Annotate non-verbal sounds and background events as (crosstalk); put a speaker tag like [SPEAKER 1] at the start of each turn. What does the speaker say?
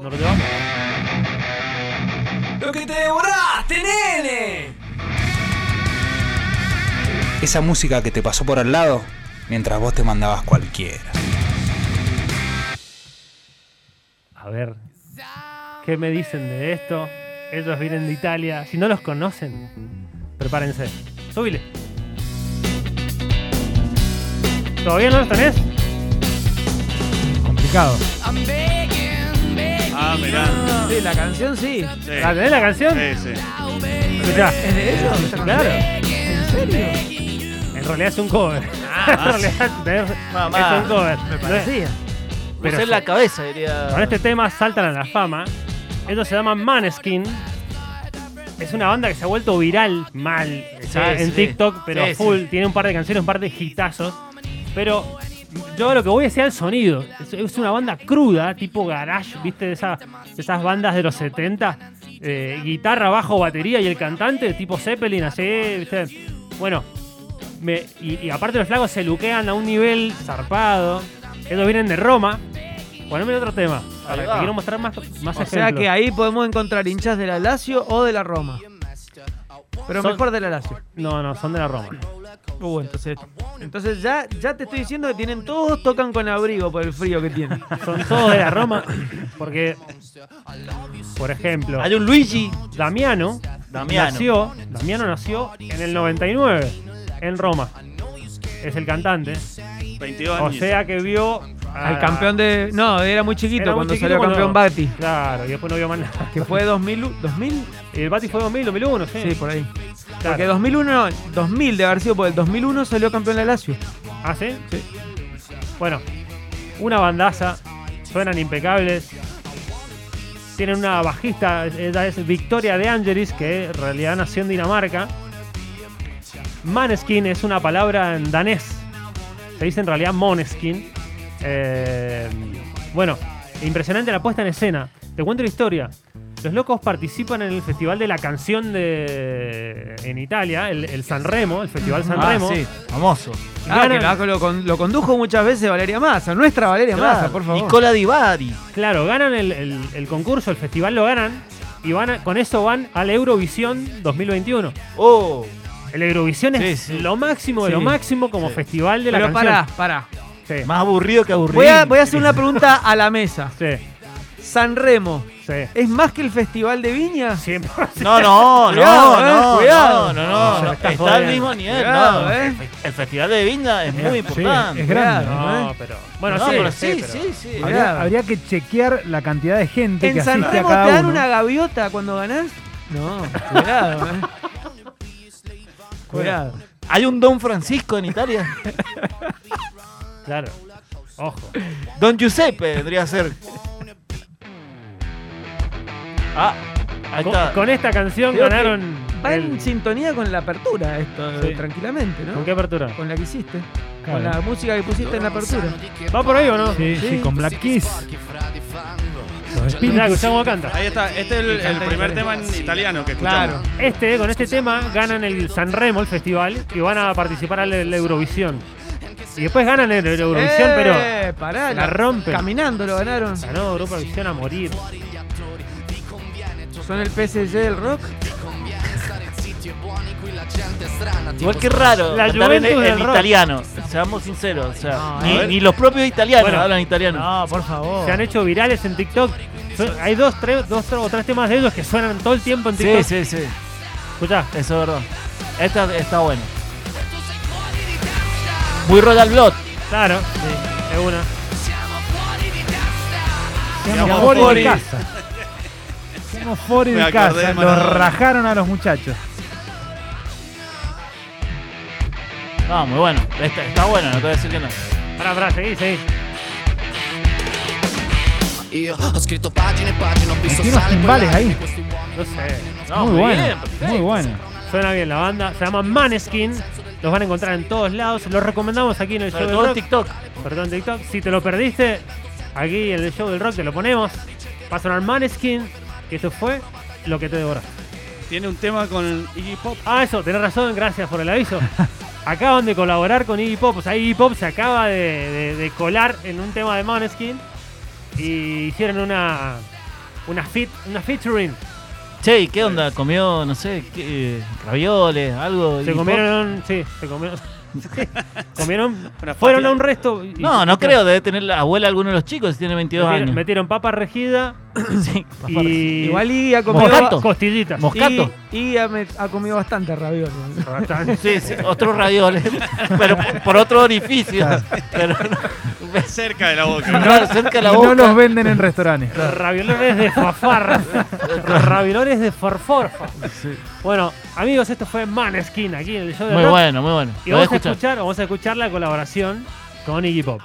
[SPEAKER 1] ¿Nos lo llevamos?
[SPEAKER 2] ¡Lo que te devoraste, nene!
[SPEAKER 3] Esa música que te pasó por al lado mientras vos te mandabas cualquiera.
[SPEAKER 1] A ver, ¿qué me dicen de esto? Ellos vienen de Italia. Si no los conocen, prepárense. Súbile. ¿Todavía no los tenés?
[SPEAKER 4] Complicado.
[SPEAKER 5] Ah, mirá.
[SPEAKER 4] Sí, la canción sí.
[SPEAKER 5] Sí.
[SPEAKER 1] ¿La tenés la canción?
[SPEAKER 5] Sí, sí.
[SPEAKER 1] Escuchá.
[SPEAKER 4] ¿Es de ellos? ¿Esta canción?
[SPEAKER 1] Claro.
[SPEAKER 4] ¿En serio? Ah,
[SPEAKER 1] En realidad es un cover. (laughs) en realidad tenés-
[SPEAKER 6] Mamá,
[SPEAKER 1] es un cover. No es-
[SPEAKER 4] Parecía.
[SPEAKER 1] Pero
[SPEAKER 6] Usar
[SPEAKER 1] sí.
[SPEAKER 6] la cabeza, diría.
[SPEAKER 1] Con este tema saltan a la fama. Ellos se llaman Maneskin. Es una banda que se ha vuelto viral mal está
[SPEAKER 6] Sí,
[SPEAKER 1] en
[SPEAKER 6] sí.
[SPEAKER 1] TikTok, pero
[SPEAKER 6] Sí,
[SPEAKER 1] full. Tiene un par de canciones, un par de hitazos. Pero yo lo que voy a decir es el sonido. Es, es una banda cruda, tipo garage, ¿viste? De esa- de esas bandas de los 70. eh, guitarra, bajo, batería y el cantante, tipo Zeppelin, así, ¿viste? Bueno, me- y, y aparte los flacos se luquean a un nivel zarpado. Ellos vienen de Roma. Poneme otro tema. Ahora,
[SPEAKER 6] Ahí
[SPEAKER 1] te
[SPEAKER 6] va.
[SPEAKER 1] quiero mostrar más, más
[SPEAKER 4] O sea
[SPEAKER 1] ejemplos.
[SPEAKER 4] que ahí podemos encontrar hinchas de la Lazio o de la Roma. Pero
[SPEAKER 1] Son-
[SPEAKER 4] mejor de la Lazio.
[SPEAKER 1] No, no, son de la Roma.
[SPEAKER 4] Uh, entonces, entonces ya, ya te estoy diciendo que tienen todos tocan con abrigo por el frío
[SPEAKER 1] (laughs)
[SPEAKER 4] que tienen.
[SPEAKER 1] Son todos de la Roma. Porque, por ejemplo,
[SPEAKER 6] Hay un Luigi.
[SPEAKER 1] Damiano,
[SPEAKER 6] Damiano.
[SPEAKER 1] Nació, Damiano nació en el 99 en Roma. Es el cantante.
[SPEAKER 5] 22
[SPEAKER 1] O
[SPEAKER 5] años.
[SPEAKER 1] sea que vio a-
[SPEAKER 4] Al campeón de. No, era muy
[SPEAKER 1] Ah.
[SPEAKER 4] chiquito
[SPEAKER 1] Era muy
[SPEAKER 4] cuando
[SPEAKER 1] chiquito
[SPEAKER 4] salió
[SPEAKER 1] cuando-
[SPEAKER 4] campeón Bati.
[SPEAKER 1] Claro, y después no vio más nada.
[SPEAKER 4] Que fue 2000, u- 2000,
[SPEAKER 1] El Bati fue 2000, 2001, sí.
[SPEAKER 4] sí, por ahí.
[SPEAKER 1] claro.
[SPEAKER 4] Porque 2001, 2000 de haber sido, porque el 2001 salió campeón la Lazio.
[SPEAKER 1] ¿Ah, sí?
[SPEAKER 4] Sí.
[SPEAKER 1] Bueno, una bandaza, suenan impecables. Tienen una bajista, ella es Victoria de Angelis, que en realidad nació en Dinamarca. Maneskin es una palabra en danés. Se dice en realidad Moneskin. Eh, bueno, impresionante la puesta en escena. Te cuento la historia. Los locos participan en el Festival de la Canción de, en Italia, el, el Sanremo, el Festival Sanremo.
[SPEAKER 6] Ah, sí.
[SPEAKER 3] Famoso.
[SPEAKER 4] Ah,
[SPEAKER 1] Ganan-
[SPEAKER 4] que la- lo, con- lo condujo muchas veces Valeria Massa, nuestra Valeria Massa, por favor.
[SPEAKER 6] Nicola Di Bari.
[SPEAKER 1] Claro, ganan el, el- el concurso, el festival lo ganan y van a- con eso van al Eurovisión 2021.
[SPEAKER 6] Oh.
[SPEAKER 1] El Eurovisión es
[SPEAKER 6] Sí, sí.
[SPEAKER 1] lo máximo de lo
[SPEAKER 4] Sí.
[SPEAKER 1] máximo como festival de la
[SPEAKER 4] Pero pará,
[SPEAKER 1] canción.
[SPEAKER 4] pará.
[SPEAKER 1] Sí,
[SPEAKER 6] Más aburrido que aburrido.
[SPEAKER 4] Voy a, voy a hacer una pregunta a la mesa.
[SPEAKER 1] sí,
[SPEAKER 4] Sanremo,
[SPEAKER 1] sí.
[SPEAKER 4] ¿es más que el Festival de Viña?
[SPEAKER 1] Siempre. (laughs)
[SPEAKER 4] (laughs)
[SPEAKER 6] No, no, no,
[SPEAKER 4] Cuidado,
[SPEAKER 6] no,
[SPEAKER 4] eh, cuidado.
[SPEAKER 6] no, no, no,
[SPEAKER 1] Se
[SPEAKER 6] no.
[SPEAKER 1] la
[SPEAKER 6] Está
[SPEAKER 1] está
[SPEAKER 6] al
[SPEAKER 1] jodiendo.
[SPEAKER 6] mismo nivel.
[SPEAKER 4] Cuidado,
[SPEAKER 6] no.
[SPEAKER 4] eh.
[SPEAKER 6] El fe- El festival de Vinda es muy
[SPEAKER 1] sí,
[SPEAKER 6] importante.
[SPEAKER 4] es grande,
[SPEAKER 1] No,
[SPEAKER 4] ¿no?
[SPEAKER 1] pero. Bueno,
[SPEAKER 6] No,
[SPEAKER 1] sí,
[SPEAKER 6] pero
[SPEAKER 1] sí,
[SPEAKER 6] sí,
[SPEAKER 1] pero-
[SPEAKER 6] sí, sí.
[SPEAKER 4] Mirá.
[SPEAKER 7] Habría, habría que chequear la cantidad de gente que
[SPEAKER 4] ¿En
[SPEAKER 7] asiste
[SPEAKER 4] Sanremo
[SPEAKER 7] a cada
[SPEAKER 4] te dan
[SPEAKER 7] uno.
[SPEAKER 4] una gaviota cuando ganás? No, cuidado, eh. Cuidado.
[SPEAKER 6] Hay un Don Francisco en Italia.
[SPEAKER 4] (laughs)
[SPEAKER 1] Claro. Ojo.
[SPEAKER 6] Don Giuseppe vendría a ser. Ah, ahí
[SPEAKER 1] Con,
[SPEAKER 6] está.
[SPEAKER 1] con esta canción
[SPEAKER 4] Creo que
[SPEAKER 1] ganaron.
[SPEAKER 4] Va
[SPEAKER 1] el-
[SPEAKER 4] en sintonía con la apertura esto, eh,
[SPEAKER 1] Sí.
[SPEAKER 4] tranquilamente, ¿no?
[SPEAKER 1] ¿Con qué apertura?
[SPEAKER 4] Con la que hiciste. Con
[SPEAKER 7] Claro.
[SPEAKER 4] la música que pusiste en la apertura.
[SPEAKER 1] ¿Va por ahí o no?
[SPEAKER 7] Sí, sí,
[SPEAKER 4] Sí.
[SPEAKER 7] con Black Kiss. Los
[SPEAKER 1] Mira,
[SPEAKER 7] Spins.
[SPEAKER 1] escuchamos canta.
[SPEAKER 5] Ahí está. Este es el, el primer tema en italiano que escuchamos.
[SPEAKER 4] Claro.
[SPEAKER 1] Este, con este tema, ganan el Sanremo, el festival, y van a participar al al Eurovisión. Y después ganan el el Eurovisión, pero
[SPEAKER 4] Eh, pará,
[SPEAKER 1] la rompen.
[SPEAKER 4] Caminando lo ganaron.
[SPEAKER 1] ganó Europa Eurovisión a morir.
[SPEAKER 4] Son el PSG del rock.
[SPEAKER 6] Igual que raro
[SPEAKER 1] La
[SPEAKER 6] cantar en,
[SPEAKER 1] Juventus
[SPEAKER 6] en
[SPEAKER 1] del rock.
[SPEAKER 6] italiano. Seamos sinceros. O sea,
[SPEAKER 4] No,
[SPEAKER 6] ni,
[SPEAKER 5] eh.
[SPEAKER 6] ni los propios italianos
[SPEAKER 1] Bueno.
[SPEAKER 6] hablan italiano.
[SPEAKER 7] Ah,
[SPEAKER 4] No, por favor.
[SPEAKER 1] Se han hecho virales en TikTok. Son- Hay dos, tres, dos tres- o tres temas de ellos que suenan todo el tiempo en TikTok.
[SPEAKER 6] sí, sí, sí.
[SPEAKER 1] Escuchá,
[SPEAKER 6] Eso es verdad. Esta está buena. Muy Royal Blood.
[SPEAKER 1] claro, es una.
[SPEAKER 7] Seamos
[SPEAKER 5] Seamos
[SPEAKER 7] Fori
[SPEAKER 5] Fori.
[SPEAKER 7] de casa. (laughs) Seamos Fori
[SPEAKER 5] Me
[SPEAKER 7] de
[SPEAKER 5] acordé de
[SPEAKER 7] casa. Los
[SPEAKER 5] Maradona.
[SPEAKER 7] rajaron a los muchachos.
[SPEAKER 6] No, muy bueno. Esta, está buena, no te voy a decir que no.
[SPEAKER 1] Pará, pará, seguí, seguí.
[SPEAKER 8] Io ho scritto pagine e pagine, ho visto
[SPEAKER 7] Metí unos
[SPEAKER 8] sale e poi
[SPEAKER 7] timbales ahí.
[SPEAKER 1] No sé.
[SPEAKER 6] No,
[SPEAKER 7] muy bueno.
[SPEAKER 6] bien, perfecto.
[SPEAKER 7] muy bueno.
[SPEAKER 1] Suena bien la banda. Se llama Maneskin. Los van a encontrar en todos lados. Los recomendamos aquí en el
[SPEAKER 6] Sobre
[SPEAKER 1] show del
[SPEAKER 6] todo en
[SPEAKER 1] rock.
[SPEAKER 6] TikTok.
[SPEAKER 1] Perdón, TikTok. Si te lo perdiste, aquí en el show del rock te lo ponemos. Va a sonar Maneskin. Que esto fue lo que te devora.
[SPEAKER 5] Tiene un tema con Iggy
[SPEAKER 1] (laughs)
[SPEAKER 5] Pop.
[SPEAKER 1] Ah, eso, tenés razón, gracias por el
[SPEAKER 6] (laughs)
[SPEAKER 1] aviso. Acaban de colaborar con Iggy Pop. O sea, Iggy Pop se acaba de, de- de colar en un tema de Maneskin. Y hicieron una, una, fit, una featuring.
[SPEAKER 6] Che, ¿y qué onda? ¿Comió, no sé, qué, ravioles, algo?
[SPEAKER 1] Se
[SPEAKER 6] ¿Y
[SPEAKER 1] comieron, sí, se
[SPEAKER 6] (laughs)
[SPEAKER 1] comieron. comieron
[SPEAKER 5] Una
[SPEAKER 1] fueron a
[SPEAKER 5] patilla.
[SPEAKER 1] un resto. y-
[SPEAKER 6] pop? No, no creo, debe tener la abuela de alguno de los chicos, tiene 22
[SPEAKER 1] Metieron,
[SPEAKER 6] años.
[SPEAKER 1] metieron papa regida
[SPEAKER 6] (laughs) Sí,
[SPEAKER 1] y
[SPEAKER 4] Igual Iggy ha comido.
[SPEAKER 6] Mojato.
[SPEAKER 1] costillitas.
[SPEAKER 6] Mos- Moscato.
[SPEAKER 4] Iggy- Iggy ha, met- ha comido bastante ravioli.
[SPEAKER 6] Sí, sí, otros ravioles, pero por otro orificio. Pero no-
[SPEAKER 5] Cerca de la boca.
[SPEAKER 6] claro, cerca de la boca.
[SPEAKER 7] No los venden en restaurantes.
[SPEAKER 1] Raviolores de fafar. Raviolores de forforfa. Bueno, amigos, esto fue Maneskin aquí en el show de
[SPEAKER 6] Muy
[SPEAKER 1] rock.
[SPEAKER 6] bueno, muy bueno.
[SPEAKER 1] Y
[SPEAKER 6] Lo voy a
[SPEAKER 1] vamos a
[SPEAKER 6] escuchar.
[SPEAKER 1] escuchar, vamos a escuchar la colaboración con Iggy Pop.